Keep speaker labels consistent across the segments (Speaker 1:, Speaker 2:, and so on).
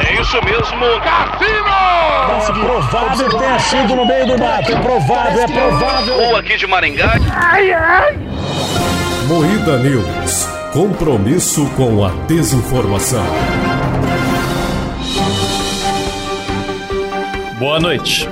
Speaker 1: É isso mesmo, Cassino!
Speaker 2: É provável que tenha sido no meio do mato. É provável, é provável.
Speaker 1: Ou aqui de Maringá.
Speaker 3: Moída News. Compromisso com a desinformação.
Speaker 4: Boa noite.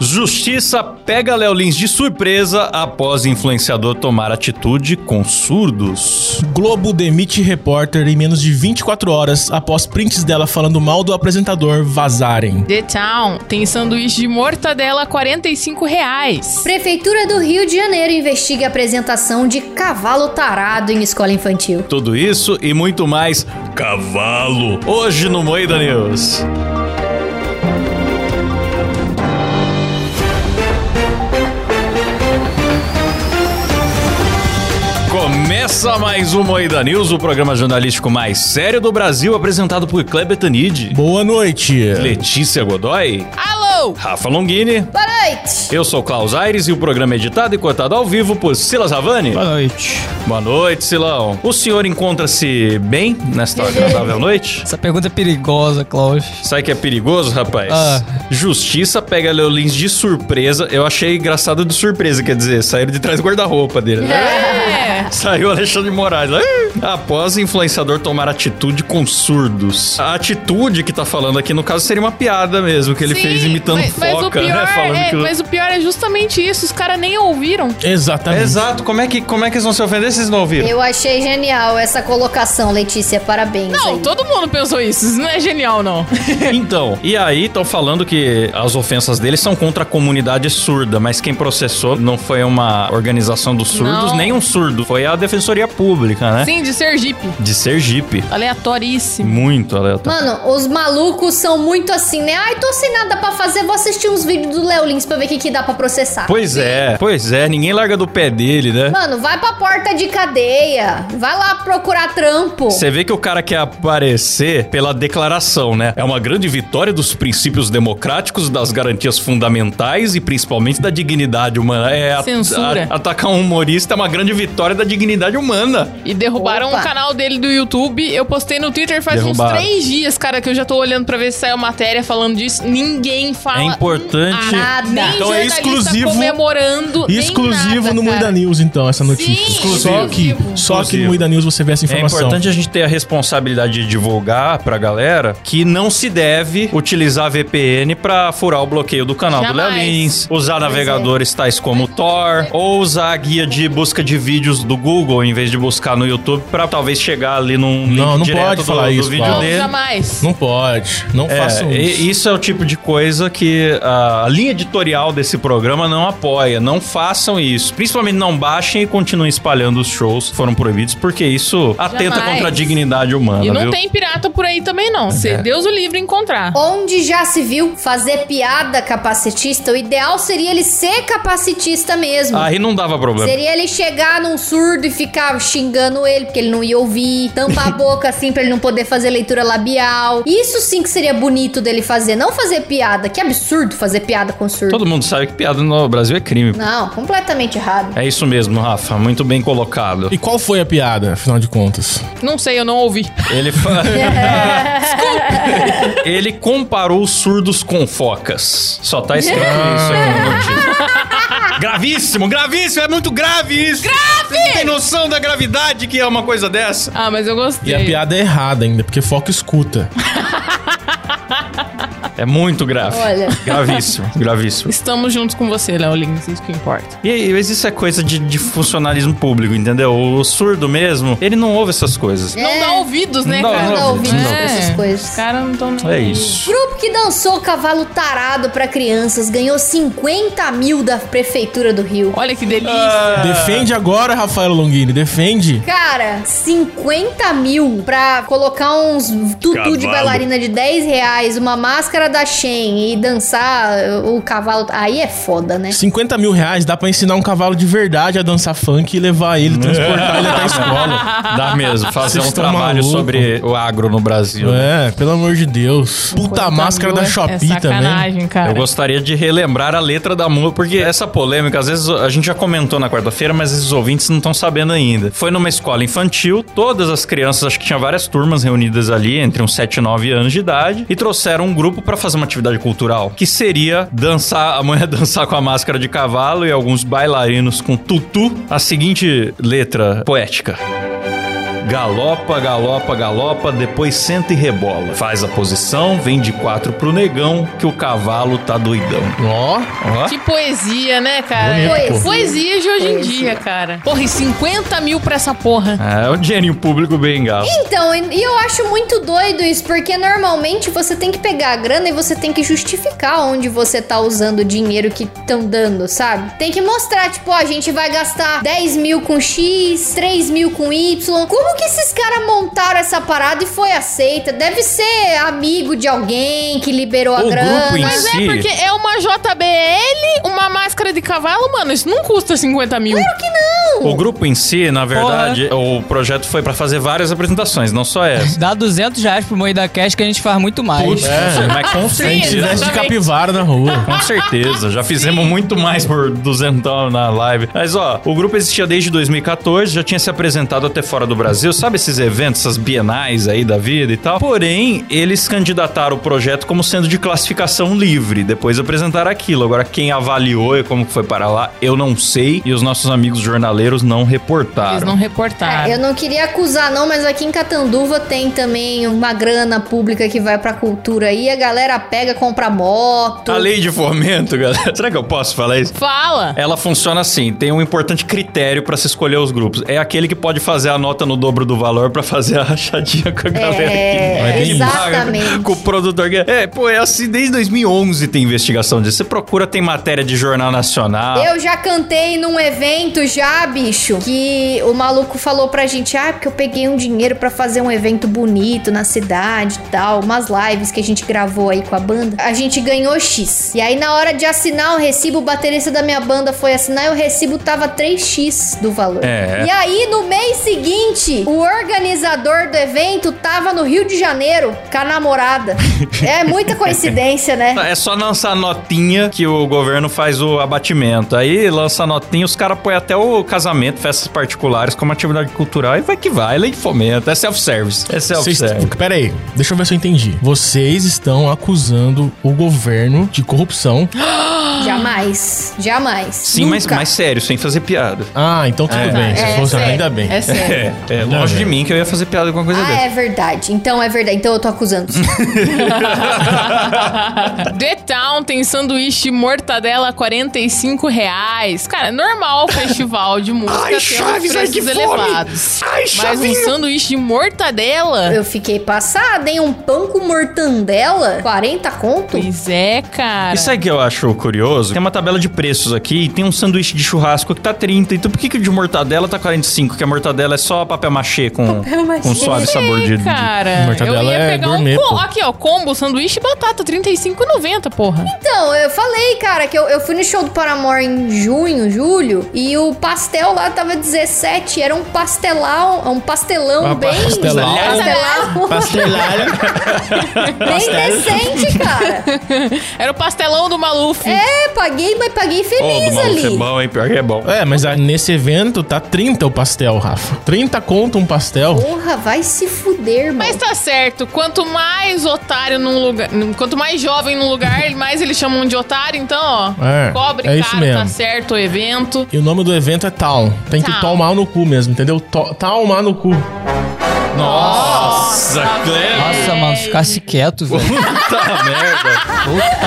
Speaker 4: Justiça pega Léo Lins de surpresa após influenciador tomar atitude com surdos.
Speaker 5: Globo demite repórter em menos de 24 horas após prints dela falando mal do apresentador vazarem.
Speaker 6: The Town tem sanduíche de mortadela a 45 reais.
Speaker 7: Prefeitura do Rio de Janeiro investiga a apresentação de cavalo tarado em escola infantil.
Speaker 4: Tudo isso e muito mais. Cavalo! Hoje no Moeda News. Começa mais um Moeda News, o programa jornalístico mais sério do Brasil, apresentado por Kleber Tanid,
Speaker 5: Boa noite.
Speaker 4: Letícia Godoy,
Speaker 6: Alô!
Speaker 4: Rafa Longini.
Speaker 7: Boa noite!
Speaker 4: Eu sou Klaus Aires e o programa é editado e cortado ao vivo por Silas Havani.
Speaker 5: Boa noite.
Speaker 4: Boa noite, Silão. O senhor encontra-se bem nesta agradável noite?
Speaker 8: Essa pergunta é perigosa, Klaus.
Speaker 4: Sabe que é perigoso, rapaz?
Speaker 8: Ah.
Speaker 4: Justiça pega Leolins de surpresa. Eu achei engraçado de surpresa, quer dizer, saíram de trás do guarda-roupa dele. né?
Speaker 6: É!
Speaker 4: Saiu Alexandre de Moraes. lá. Ih! Após influenciador tomar atitude com surdos. A atitude que tá falando aqui, no caso, seria uma piada mesmo, que ele
Speaker 6: Sim,
Speaker 4: fez imitando
Speaker 6: mas,
Speaker 4: foca,
Speaker 6: mas o pior
Speaker 4: né? Falando
Speaker 6: é,
Speaker 4: que...
Speaker 6: Mas o pior é justamente isso, os caras nem ouviram.
Speaker 5: Exatamente.
Speaker 4: Exato, como é, que, como é que eles vão se ofender se eles não ouviram?
Speaker 7: Eu achei genial essa colocação, Letícia. Parabéns.
Speaker 6: Não,
Speaker 7: aí.
Speaker 6: todo mundo pensou isso, isso não é genial, não.
Speaker 4: Então, e aí estão falando que as ofensas deles são contra a comunidade surda, mas quem processou não foi uma organização dos surdos,
Speaker 6: Não.
Speaker 4: nem um surdo, foi a Defensoria Pública, né?
Speaker 6: Sim, de Sergipe.
Speaker 4: De Sergipe.
Speaker 6: Aleatoríssimo.
Speaker 4: Muito aleatório.
Speaker 7: Mano, os malucos são muito assim, né? Ai, tô sem nada pra fazer, vou assistir uns vídeos do Léo Lins pra ver o que, que dá pra processar.
Speaker 4: Pois é, pois é, ninguém larga do pé dele, né?
Speaker 7: Mano, vai pra porta de cadeia. Vai lá procurar trampo.
Speaker 4: Você vê que o cara quer aparecer pela declaração, né? É uma grande vitória dos princípios democráticos, das garantias fundamentais e principalmente da dignidade humana. É, a-
Speaker 6: Censura.
Speaker 4: a- atacar um humorista é uma grande vitória da dignidade humana.
Speaker 6: E derrubaram
Speaker 7: Opa.
Speaker 6: o canal dele do YouTube. Eu postei no Twitter faz
Speaker 4: Derrubaram.
Speaker 6: uns três dias, cara, que eu já tô olhando pra ver se saiu matéria falando disso. Ninguém fala.
Speaker 4: É importante.
Speaker 7: nada.
Speaker 6: Nem
Speaker 4: Então é
Speaker 6: jornalista
Speaker 4: exclusivo-
Speaker 6: comemorando. nem
Speaker 5: Exclusivo
Speaker 6: nada,
Speaker 5: no
Speaker 6: cara.
Speaker 5: Muida News, então, essa notícia.
Speaker 6: Sim,
Speaker 5: só que,
Speaker 6: exclusivo.
Speaker 5: só que
Speaker 4: Exclusivo.
Speaker 5: no Muida News você vê essa
Speaker 4: É
Speaker 5: informação.
Speaker 4: importante a gente ter a responsabilidade de divulgar pra galera que não se deve utilizar VPN pra furar o bloqueio do canal do
Speaker 6: Jamais. é.
Speaker 4: Léo Lins, usar navegadores tais como o Tor, ou usar a guia de busca de vídeos do Google em vez de buscar no YouTube pra talvez chegar ali num link
Speaker 5: Não, não
Speaker 4: direto
Speaker 5: pode
Speaker 4: do,
Speaker 5: falar
Speaker 4: do
Speaker 5: isso,
Speaker 4: vídeo
Speaker 5: Paulo.
Speaker 6: Não,
Speaker 4: dele.
Speaker 6: jamais.
Speaker 5: Não pode. Não
Speaker 4: É,
Speaker 5: façam isso.
Speaker 4: e- isso é o tipo de coisa que a linha editorial desse programa não apoia. Não façam isso. Principalmente não baixem e continuem espalhando os shows que foram proibidos, porque isso atenta
Speaker 6: Jamais.
Speaker 4: contra a dignidade humana,
Speaker 6: E não
Speaker 4: viu?
Speaker 6: tem pirata por aí também, não. Se Deus o livre encontrar.
Speaker 7: Onde já se viu fazer piada capacitista, o ideal seria ele ser capacitista mesmo.
Speaker 4: Aí não dava problema.
Speaker 7: Seria ele chegar num surdo e ficar xingando ele, porque ele não ia ouvir, tampar a boca assim pra ele não poder fazer leitura labial. Isso sim que seria bonito dele fazer, não fazer piada. Que absurdo fazer piada com surdo.
Speaker 4: Todo mundo sabe que piada no Brasil é crime.
Speaker 7: Não, completamente errado.
Speaker 4: É isso mesmo, Rafa. Muito bem colocado.
Speaker 5: E qual foi a piada, afinal de contas?
Speaker 6: Não sei, eu não ouvi.
Speaker 4: Ele fa- Desculpa. Ele comparou surdos com focas. Só tá escrito
Speaker 5: Ah.
Speaker 4: isso aqui no notícia. Gravíssimo, gravíssimo, é muito grave isso. Grave! Você não tem noção da gravidade que é uma coisa dessa?
Speaker 6: Ah, mas eu
Speaker 5: E
Speaker 6: gostei.
Speaker 5: a piada é errada ainda, porque foco escuta.
Speaker 4: É muito grave.
Speaker 7: Olha.
Speaker 4: Gravíssimo, gravíssimo.
Speaker 6: Estamos juntos com você, Léo Lins, isso que importa.
Speaker 4: E aí, mas isso é coisa de, de funcionalismo público, entendeu? O surdo mesmo, ele não ouve essas coisas.
Speaker 7: É.
Speaker 6: Não dá ouvidos, né,
Speaker 4: Não,
Speaker 6: cara?
Speaker 7: Não
Speaker 4: É, não,
Speaker 7: dá ouvido
Speaker 4: não.
Speaker 7: pra Tá essas
Speaker 6: Os
Speaker 7: coisas.
Speaker 6: caras não estão nem.
Speaker 4: É
Speaker 6: aí.
Speaker 4: isso.
Speaker 7: Grupo que dançou cavalo tarado pra crianças ganhou 50 mil da prefeitura do Rio.
Speaker 6: Olha que delícia.
Speaker 4: Ah,
Speaker 5: Ah. Defende agora, Rafael Longini, defende.
Speaker 7: Cara, 50 mil pra colocar uns tutu de
Speaker 4: Cavalo.
Speaker 7: bailarina de 10 reais, uma máscara da Shen e dançar o cavalo. Aí é foda, né?
Speaker 5: 50 mil reais dá pra ensinar um cavalo de verdade a dançar funk e levar ele, transportar ele até a escola.
Speaker 4: Dá mesmo, fazer
Speaker 5: Vocês
Speaker 4: um
Speaker 5: estão
Speaker 4: trabalho
Speaker 5: maluco.
Speaker 4: sobre o agro no Brasil. né?
Speaker 5: É, pelo amor de Deus. Puta máscara da Shopee
Speaker 6: é
Speaker 5: também.
Speaker 6: sacanagem, cara.
Speaker 4: Eu gostaria de relembrar a letra da música, porque essa polêmica, às vezes, a gente já comentou na quarta-feira, mas esses ouvintes não estão sabendo ainda. Foi numa escola infantil, todas as crianças, acho que tinha várias turmas reunidas ali, entre uns 7 e 9 anos de idade, e trouxeram um grupo pra fazer uma atividade cultural, que seria dançar, a mulher dançar com a máscara de cavalo e alguns bailarinos com tutu. A seguinte letra poética. Galopa, galopa, galopa, depois senta e rebola. Faz a posição, vem de quatro pro negão, que o cavalo tá doidão.
Speaker 5: Ó,
Speaker 4: Ó.
Speaker 6: Que poesia, né, cara?
Speaker 7: Bonito, pô.
Speaker 6: Poesia de hoje em
Speaker 7: Poesia.
Speaker 6: dia, cara. Porra, e 50 mil pra essa porra.
Speaker 4: É, o dinheirinho público bem gasto.
Speaker 7: Então, e e eu acho muito doido isso, porque normalmente você tem que pegar a grana e você tem que justificar onde você tá usando o dinheiro que estão dando, sabe? Tem que mostrar, tipo, ó, a gente vai gastar 10 mil com X, 3 mil com Y. Como que esses caras montaram essa parada e foi aceita? Deve ser amigo de alguém que liberou a
Speaker 4: O
Speaker 7: grana.
Speaker 4: grupo em
Speaker 6: Mas
Speaker 4: si-
Speaker 6: é porque é uma JBL, uma máscara de cavalo, mano, isso não custa 50 mil.
Speaker 4: O grupo em si, na verdade, o projeto foi pra fazer várias apresentações, não só essa.
Speaker 8: Dá 200 reais pro Moída Cash que a gente faz muito mais.
Speaker 4: É, mas com
Speaker 5: a gente
Speaker 6: Sim,
Speaker 5: se veste de
Speaker 6: exatamente.
Speaker 5: capivara na rua.
Speaker 4: Com certeza, já fizemos muito mais por 200 na live. Mas ó, o grupo existia desde 2014, já tinha se apresentado até fora do Brasil, sabe esses eventos, essas bienais aí da vida e tal? Porém, eles candidataram o projeto como sendo de classificação livre, depois apresentaram aquilo. Agora, quem avaliou e como que foi para lá, eu não sei, e os nossos amigos jornaleiros não reportaram.
Speaker 6: Eles não reportaram.
Speaker 7: É, Eu não queria acusar, não, mas aqui em Catanduva tem também uma grana pública que vai pra cultura aí. A galera pega, compra moto.
Speaker 4: A lei de fomento, galera, será que eu posso falar isso?
Speaker 6: Fala!
Speaker 4: Ela funciona assim, tem um importante critério pra se escolher os grupos. É aquele que pode fazer a nota no dobro do valor pra fazer a rachadinha com a galera
Speaker 7: É,
Speaker 4: que- que paga
Speaker 7: exatamente.
Speaker 4: com o produtor. que- É, pô, é assim, desde 2011 tem investigação disso. Você procura, tem matéria de jornal nacional.
Speaker 7: Eu já cantei num evento já, bicho, que o maluco falou pra gente, ah, porque eu peguei um dinheiro pra fazer um evento bonito na cidade e tal, umas lives que a gente gravou aí com a banda. A gente ganhou X. E aí na hora de assinar o recibo, o baterista da minha banda foi assinar e o recibo tava 3x do valor.
Speaker 4: É.
Speaker 7: E aí no mês seguinte, o organizador do evento tava no Rio de Janeiro com a namorada. é muita coincidência, né?
Speaker 4: É só lançar notinha que o governo faz o abatimento. Aí lança notinha, os caras põem até o casamento, festas particulares como atividade cultural e vai que vai, lei de fomento. É self-service. É
Speaker 5: Vocês,
Speaker 4: self-service.
Speaker 5: pera aí, deixa eu ver se eu entendi. Vocês estão acusando o governo de corrupção.
Speaker 7: Jamais. Jamais.
Speaker 4: Sim, mas
Speaker 7: Nunca.
Speaker 4: mais sério, sem fazer piada.
Speaker 5: Ah, então tudo bem. se
Speaker 7: É,
Speaker 5: fosse-
Speaker 7: sério.
Speaker 5: ainda bem.
Speaker 6: É sério.
Speaker 4: É, é longe de mim que eu ia fazer piada com uma coisa
Speaker 7: Ah,
Speaker 4: dessa.
Speaker 7: é verdade. Então é verdade. Então eu tô acusando.
Speaker 6: The Town tem sanduíche de mortadela a 45 reais. Cara, é normal o festival de música ter uns preços elevados. Mas um sanduíche de mortadela?
Speaker 7: eu fiquei passada, hein? Um pão com mortandela? 40 conto?
Speaker 6: Pois é, cara.
Speaker 4: E sabe o que eu acho curioso? Tem uma tabela de preços aqui e tem um sanduíche de churrasco que tá 30. Então por que, que o de mortadela tá 45? Que a mortadela é só papel machê com, com suave sabor de. de-
Speaker 6: Cara, eu
Speaker 5: Mortadela
Speaker 6: ia
Speaker 5: é
Speaker 6: pegar
Speaker 5: gourmet,
Speaker 6: um co-
Speaker 5: pô.
Speaker 6: Aqui, ó, combo, sanduíche e batata, 35,90, porra.
Speaker 7: Então, eu falei, cara, que eu, eu fui no show do Paramore em junho, julho, e o pastel lá tava 17. Era um pastelão, um pastelão
Speaker 5: Ah,
Speaker 7: bem.
Speaker 5: pastelão.
Speaker 7: Pastelão. bem decente, cara.
Speaker 6: Era o pastelão do Maluf.
Speaker 7: É, paguei, mas paguei
Speaker 4: Ô, do
Speaker 7: feliz
Speaker 4: maluco, é
Speaker 7: ali.
Speaker 4: bom, hein? Pior que é bom.
Speaker 5: É, mas ah, nesse evento tá 30 o pastel, Rafa. 30 conto um pastel.
Speaker 7: Porra, vai se fuder, mano.
Speaker 6: Mas tá certo, quanto mais otário num lugar. Quanto mais jovem num lugar, mais eles chamam de otário, então, ó.
Speaker 5: É,
Speaker 6: cobre
Speaker 5: é
Speaker 6: caro,
Speaker 5: isso mesmo.
Speaker 6: tá certo o evento.
Speaker 5: E o nome do evento é Town. Tem que
Speaker 6: Town.
Speaker 5: tomar no cu mesmo, entendeu? To tomar no cu.
Speaker 4: Nossa, Cleber!
Speaker 8: Nossa, mano, ficasse quieto, velho.
Speaker 4: Puta merda!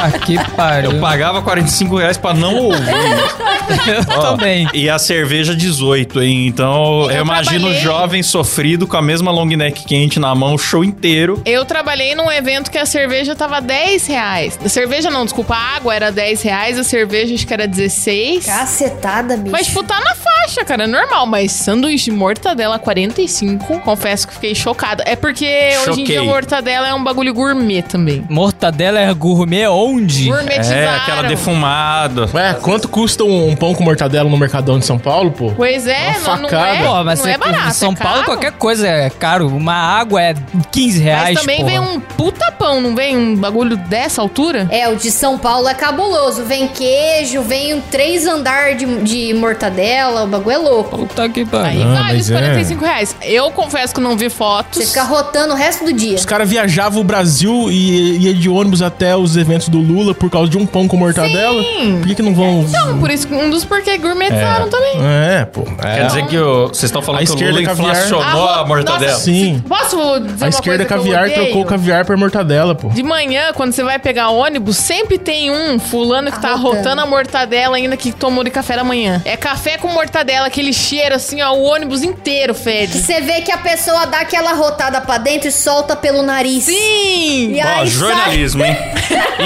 Speaker 8: Puta que pariu.
Speaker 4: Eu pagava 45 reais pra não ouvir.
Speaker 8: Eu
Speaker 4: Ó,
Speaker 8: também.
Speaker 4: E a cerveja 18, hein? Então eu,
Speaker 6: Eu
Speaker 4: imagino o
Speaker 6: trabalhei.
Speaker 4: jovem sofrido com a mesma long neck quente na mão o show inteiro.
Speaker 6: Eu trabalhei num evento que a cerveja tava 10 reais. Cerveja não, desculpa, a água era 10 reais, a cerveja acho que era 16.
Speaker 7: Cacetada, bicho.
Speaker 6: Mas, tipo, tá na faixa, cara, é normal. Mas sanduíche de mortadela 45, confesso que fiquei chocada. É porque hoje em dia
Speaker 4: Choquei.
Speaker 6: mortadela é um bagulho gourmet também.
Speaker 8: Mortadela é gourmet onde?
Speaker 6: Gourmetizaram.
Speaker 4: É, aquela defumada.
Speaker 5: Ué, quanto custa um, um pão com mortadela no Mercadão de São Paulo, pô?
Speaker 6: Pois é,
Speaker 5: Uma
Speaker 6: não, não
Speaker 5: facada.
Speaker 6: é,
Speaker 8: Pô, mas
Speaker 6: não é,
Speaker 8: é que
Speaker 6: barato.
Speaker 8: em São
Speaker 6: é
Speaker 8: Paulo
Speaker 6: caro.
Speaker 8: qualquer coisa é caro. Uma água é 15 reais,
Speaker 6: Mas também
Speaker 8: porra.
Speaker 6: vem um puta pão, não vem um bagulho dessa altura?
Speaker 7: É, o de São Paulo é cabuloso. Vem queijo, vem um três andar de, de mortadela, o bagulho é louco.
Speaker 8: Puta que
Speaker 6: Aí
Speaker 8: pariu.
Speaker 6: vale os
Speaker 5: mas é.
Speaker 6: 45 reais. Eu confesso que não vi fotos.
Speaker 7: Você fica rotando o resto do dia.
Speaker 5: Os caras viajavam o Brasil e ia de ônibus até os eventos do Lula por causa de um pão com mortadela.
Speaker 6: Sim.
Speaker 5: Por que, que não vão.
Speaker 6: Então, por isso, que um dos porquê gourmetizaram também.
Speaker 5: É, pô. É.
Speaker 4: Quer dizer que o- vocês estão
Speaker 5: A
Speaker 4: falando que o Lula
Speaker 5: esquerda caviar.
Speaker 4: inflacionou
Speaker 6: ro-
Speaker 4: a mortadela.
Speaker 6: Ah, Nossa,
Speaker 5: tá Sim.
Speaker 6: se- Posso dizer
Speaker 5: A
Speaker 6: uma
Speaker 5: esquerda
Speaker 6: coisa
Speaker 5: é
Speaker 6: que eu
Speaker 5: caviar
Speaker 6: odeio?
Speaker 5: trocou caviar por mortadela, pô.
Speaker 6: De manhã, quando você vai pegar ônibus, sempre tem um fulano que tá
Speaker 7: Arrotando.
Speaker 6: rotando a mortadela ainda que tomou de café da manhã. É café com mortadela, aquele cheiro assim, ó, o ônibus inteiro
Speaker 7: Que
Speaker 6: fede.
Speaker 7: você vê que a pessoa dá aquela rotada pra dentro e solta pelo nariz.
Speaker 6: Sim!
Speaker 4: Ó,
Speaker 7: E aí sai.
Speaker 4: jornalismo, hein?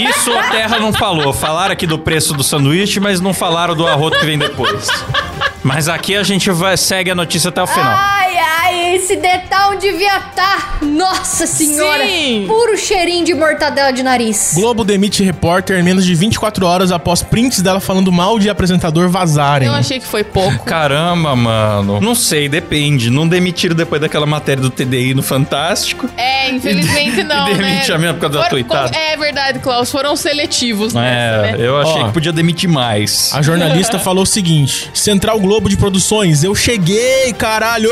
Speaker 4: Isso a Terra não falou. Falaram aqui do preço do sanduíche, mas não falaram do arroto que vem depois. Mas aqui a gente vai, segue a notícia até o final.
Speaker 7: Ai, ai, esse detalhe devia estar. Nossa senhora!
Speaker 6: Sim.
Speaker 7: Puro cheirinho de mortadela de nariz.
Speaker 5: Globo demite repórter em menos de 24 horas após prints dela falando mal de apresentador vazarem.
Speaker 6: Eu achei que foi pouco.
Speaker 4: Caramba, mano. Não sei, depende. Não demitiram depois daquela matéria do TDI no Fantástico.
Speaker 6: É, infelizmente não,
Speaker 4: E
Speaker 6: né?
Speaker 4: demite a minha por causa da
Speaker 6: Foram-
Speaker 4: tuitada.
Speaker 6: É verdade, Klaus. Foram seletivos nessa,
Speaker 4: É,
Speaker 6: né?
Speaker 4: eu achei
Speaker 5: Ó.
Speaker 4: que podia demitir mais.
Speaker 5: A jornalista falou o seguinte: Central Globo de Produções, eu cheguei, caralho!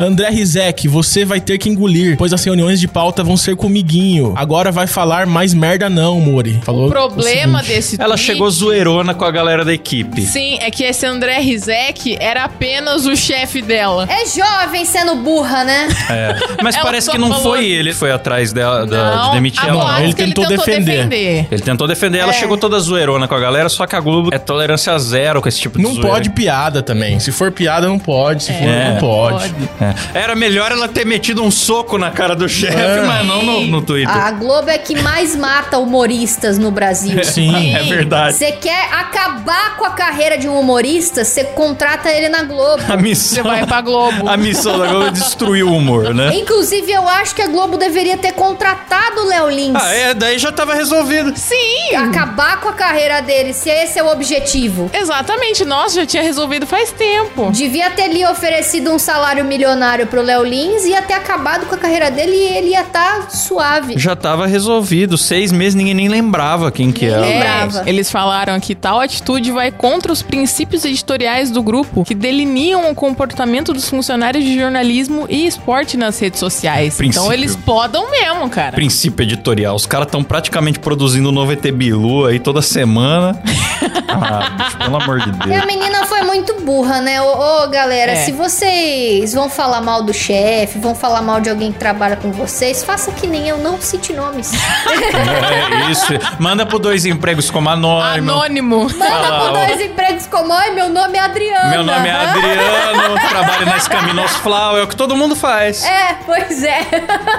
Speaker 5: André Rizek, você vai ter que engolir, pois as reuniões de pauta vão ser comiguinho. Agora vai falar mais merda, não, Mori.
Speaker 4: é,
Speaker 5: Falou.
Speaker 6: O problema
Speaker 5: seguinte.
Speaker 6: desse
Speaker 4: Ela
Speaker 6: tweet-
Speaker 4: chegou zoeirona com a galera da equipe.
Speaker 6: Sim, é que esse André Rizek era apenas o chefe dela.
Speaker 7: É jovem sendo burra, né?
Speaker 4: É. Mas
Speaker 6: Ela
Speaker 4: parece
Speaker 6: só
Speaker 4: que não
Speaker 6: falou-
Speaker 4: foi ele que foi atrás dela É, da- de demitir
Speaker 6: a
Speaker 4: ela.
Speaker 6: boato
Speaker 4: não.
Speaker 5: boate- Ele
Speaker 6: que
Speaker 5: tentou defender.
Speaker 4: Ele tentou defender, ela
Speaker 7: É.
Speaker 4: chegou toda zoeirona com a galera, só que a Globo é tolerância zero com esse tipo de
Speaker 5: Não
Speaker 4: zoeira.
Speaker 5: pode piada também. Se for piada, não pode. Se for, não pode.
Speaker 4: É. Era melhor ela ter metido um soco na cara do chefe, mas não no, no Twitter.
Speaker 7: A Globo é que mais mata humoristas no Brasil.
Speaker 5: Sim.
Speaker 4: é verdade.
Speaker 7: Você quer acabar com a carreira de um humorista, você contrata ele na Globo.
Speaker 4: A missão,
Speaker 6: Você vai pra Globo.
Speaker 4: a missão da Globo é destruir o humor,
Speaker 7: É
Speaker 4: né?
Speaker 7: Inclusive, eu acho que a Globo deveria ter contratado o Léo Lins.
Speaker 4: Ah, é, daí já tava resolvido.
Speaker 6: Sim!
Speaker 7: Acabar com a carreira dele, se esse é o objetivo.
Speaker 6: Exatamente, nossa, já tinha resolvido faz tempo.
Speaker 7: Devia ter lhe oferecido um salário milionário pro Léo Lins, ia ter acabado com a carreira dele e ele ia estar suave.
Speaker 4: Já tava resolvido. Seis meses ninguém nem lembrava quem que era.
Speaker 7: É.
Speaker 6: É,
Speaker 7: Brava.
Speaker 6: eles falaram que tal atitude vai contra os princípios editoriais do grupo que delineiam o comportamento dos funcionários de jornalismo e esporte nas redes sociais.
Speaker 4: Princípio.
Speaker 6: Então eles podam mesmo, cara.
Speaker 4: Princípio editorial. Os caras estão praticamente produzindo um novo ET Bilu aí toda semana. ah, bicho, pelo amor de
Speaker 7: E
Speaker 4: Deus.
Speaker 7: a menina foi muito burra, né? Ô, ô, galera,
Speaker 6: É.
Speaker 7: se vocês vão falar mal do chefe, vão falar mal de alguém que trabalha com vocês, faça que nem eu, não cite nomes.
Speaker 4: É isso. Manda pro dois empregos como anônimo.
Speaker 6: Anônimo.
Speaker 7: Manda
Speaker 4: Fala,
Speaker 7: por
Speaker 4: ó.
Speaker 7: tá dois empregos como ai, meu nome é Adriana.
Speaker 4: é Meu nome é Adriano, trabalho na Escaminos Flau, é o que todo mundo faz.
Speaker 7: É, pois é.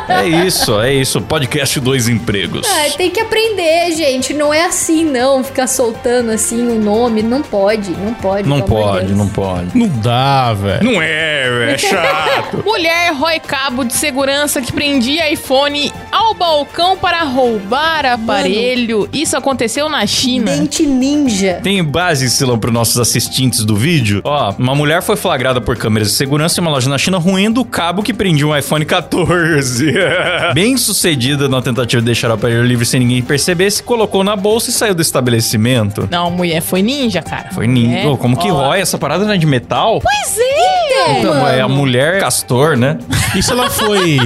Speaker 4: É isso, é isso. Podcast Dois Empregos.
Speaker 7: Ai, tem que aprender, gente. Não é assim, não. Ficar soltando assim o nome. Não pode, não pode.
Speaker 4: Não
Speaker 7: pelo amor de
Speaker 4: pode,
Speaker 7: Deus.
Speaker 4: não pode.
Speaker 5: Não dá, velho.
Speaker 4: Não é, é chato.
Speaker 6: Mulher rói cabo de segurança que prendia iPhone ao balcão para roubar aparelho. Isso aconteceu na China.
Speaker 7: Dente ninja.
Speaker 4: Tem base, Silão, para nossos assistentes do vídeo? Ó, uma mulher foi flagrada por câmeras de segurança em uma loja na China ruindo o cabo que prendia um iPhone 14. Bem sucedida na tentativa de deixar o aparelho livre sem ninguém perceber, se colocou na bolsa e saiu do estabelecimento.
Speaker 6: Não, mulher foi ninja, cara.
Speaker 4: Foi ninja.
Speaker 6: É,
Speaker 4: Ô, Como que
Speaker 6: ó.
Speaker 4: rói? Essa parada não é de metal?
Speaker 6: Pois é.
Speaker 4: Então, é a mulher castor, né?
Speaker 5: Isso ela foi.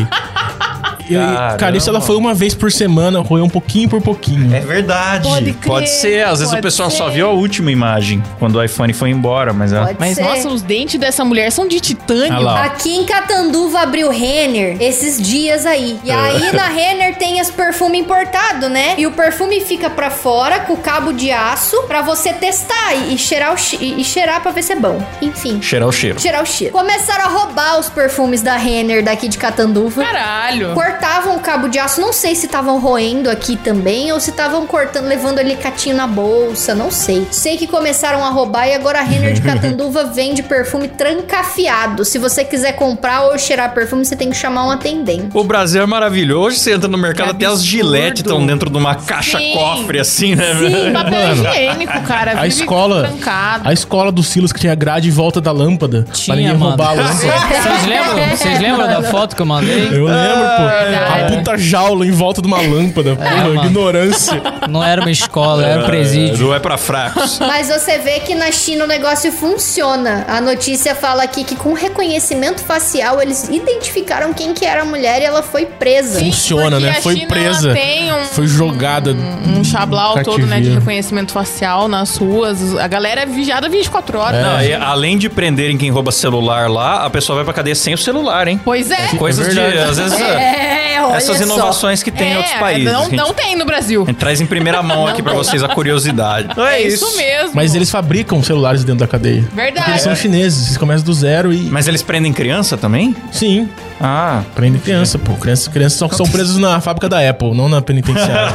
Speaker 5: Eu-
Speaker 4: Caramba.
Speaker 5: cara, isso ela foi uma vez por semana, roeu um pouquinho por pouquinho.
Speaker 4: É verdade.
Speaker 6: Pode crer,
Speaker 4: pode ser, às vezes o
Speaker 6: pode
Speaker 4: pessoal só
Speaker 6: ser.
Speaker 4: viu a última imagem quando o iPhone foi embora, mas é ela.
Speaker 7: Pode
Speaker 6: Mas
Speaker 7: ser.
Speaker 6: nossa, os dentes dessa mulher são de
Speaker 4: Ah
Speaker 6: titânio.
Speaker 4: lá, ó.
Speaker 7: Aqui em Catanduva abriu Renner esses dias aí.
Speaker 4: É.
Speaker 7: E aí na Renner tem as perfume importado, né? E o perfume fica pra fora com o cabo de aço pra você testar e, e cheirar o chi- e, e cheirar para ver se é bom. Enfim.
Speaker 4: Cheirar o cheiro.
Speaker 7: Cheirar o cheiro. Começaram a roubar os perfumes da Renner daqui de Catanduva.
Speaker 6: Caralho.
Speaker 7: Cortaram cortavam o cabo de aço, não sei se estavam roendo aqui também ou se estavam cortando, levando alicatinho na bolsa, não sei. Sei que começaram a roubar e agora a Renner de Catanduva vende perfume trancafiado. Se você quiser comprar ou cheirar perfume, você tem que chamar um atendente.
Speaker 4: O Brasil é maravilhoso. Hoje você entra no mercado, até as giletes estão dentro de uma caixa
Speaker 6: Sim.
Speaker 4: cofre, assim, né?
Speaker 6: Sim, papel
Speaker 5: Mano,
Speaker 6: higiênico, cara.
Speaker 5: A
Speaker 6: vive
Speaker 5: escola,
Speaker 6: trancado.
Speaker 5: a escola do Silas que tinha grade em volta da lâmpada. pra
Speaker 8: Tinha,
Speaker 5: ninguém
Speaker 8: mano.
Speaker 5: roubar a lâmpada.
Speaker 8: Vocês lembram? Vocês lembram da foto que eu mandei?
Speaker 5: Eu lembro, pô.
Speaker 6: Ah,
Speaker 5: A
Speaker 6: verdade. É,
Speaker 5: puta jaula em volta de uma lâmpada. Porra,
Speaker 8: mano.
Speaker 5: ignorância.
Speaker 8: Não era uma escola, era um presídio.
Speaker 4: Não é pra fracos.
Speaker 7: Mas você vê que na China o negócio funciona. A notícia fala aqui que com reconhecimento facial eles identificaram quem que era a mulher e ela foi presa.
Speaker 5: Funciona,
Speaker 6: Porque
Speaker 5: né?
Speaker 6: a
Speaker 5: Foi
Speaker 6: China,
Speaker 5: presa.
Speaker 6: ela tem um-
Speaker 5: Foi jogada.
Speaker 6: um xablau todo, né, de
Speaker 5: Cativeiro.
Speaker 6: reconhecimento facial nas ruas. A galera é vigiada 24 horas.
Speaker 5: É.
Speaker 4: Não, e além de prenderem quem rouba celular lá, a pessoa vai pra cadeia sem o celular, hein?
Speaker 6: Pois é.
Speaker 4: Coisas de.
Speaker 5: verdade.
Speaker 4: Às vezes,
Speaker 7: É, olha
Speaker 4: essas
Speaker 7: só.
Speaker 4: inovações que tem em
Speaker 6: É,
Speaker 4: outros países.
Speaker 6: Não,
Speaker 4: a gente,
Speaker 6: não tem no Brasil.
Speaker 4: a gente traz em primeira mão aqui pra vocês a curiosidade. Então
Speaker 6: É isso mesmo.
Speaker 5: Mas eles fabricam celulares dentro da cadeia. Porque eles
Speaker 6: Verdade.
Speaker 5: são chineses, eles começam do zero e.
Speaker 4: Mas eles prendem criança também?
Speaker 5: Sim,
Speaker 4: Ah.
Speaker 5: prende criança, pô. Crianças, crianças são, são presas na fábrica da Apple, não na penitenciária.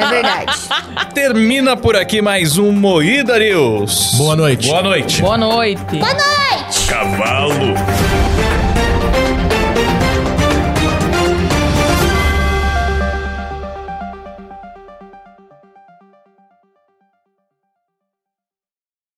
Speaker 7: É verdade.
Speaker 4: Termina por aqui mais um Moída News.
Speaker 5: Boa noite.
Speaker 4: Boa noite.
Speaker 6: Boa noite.
Speaker 7: Boa noite.
Speaker 3: Cavalo.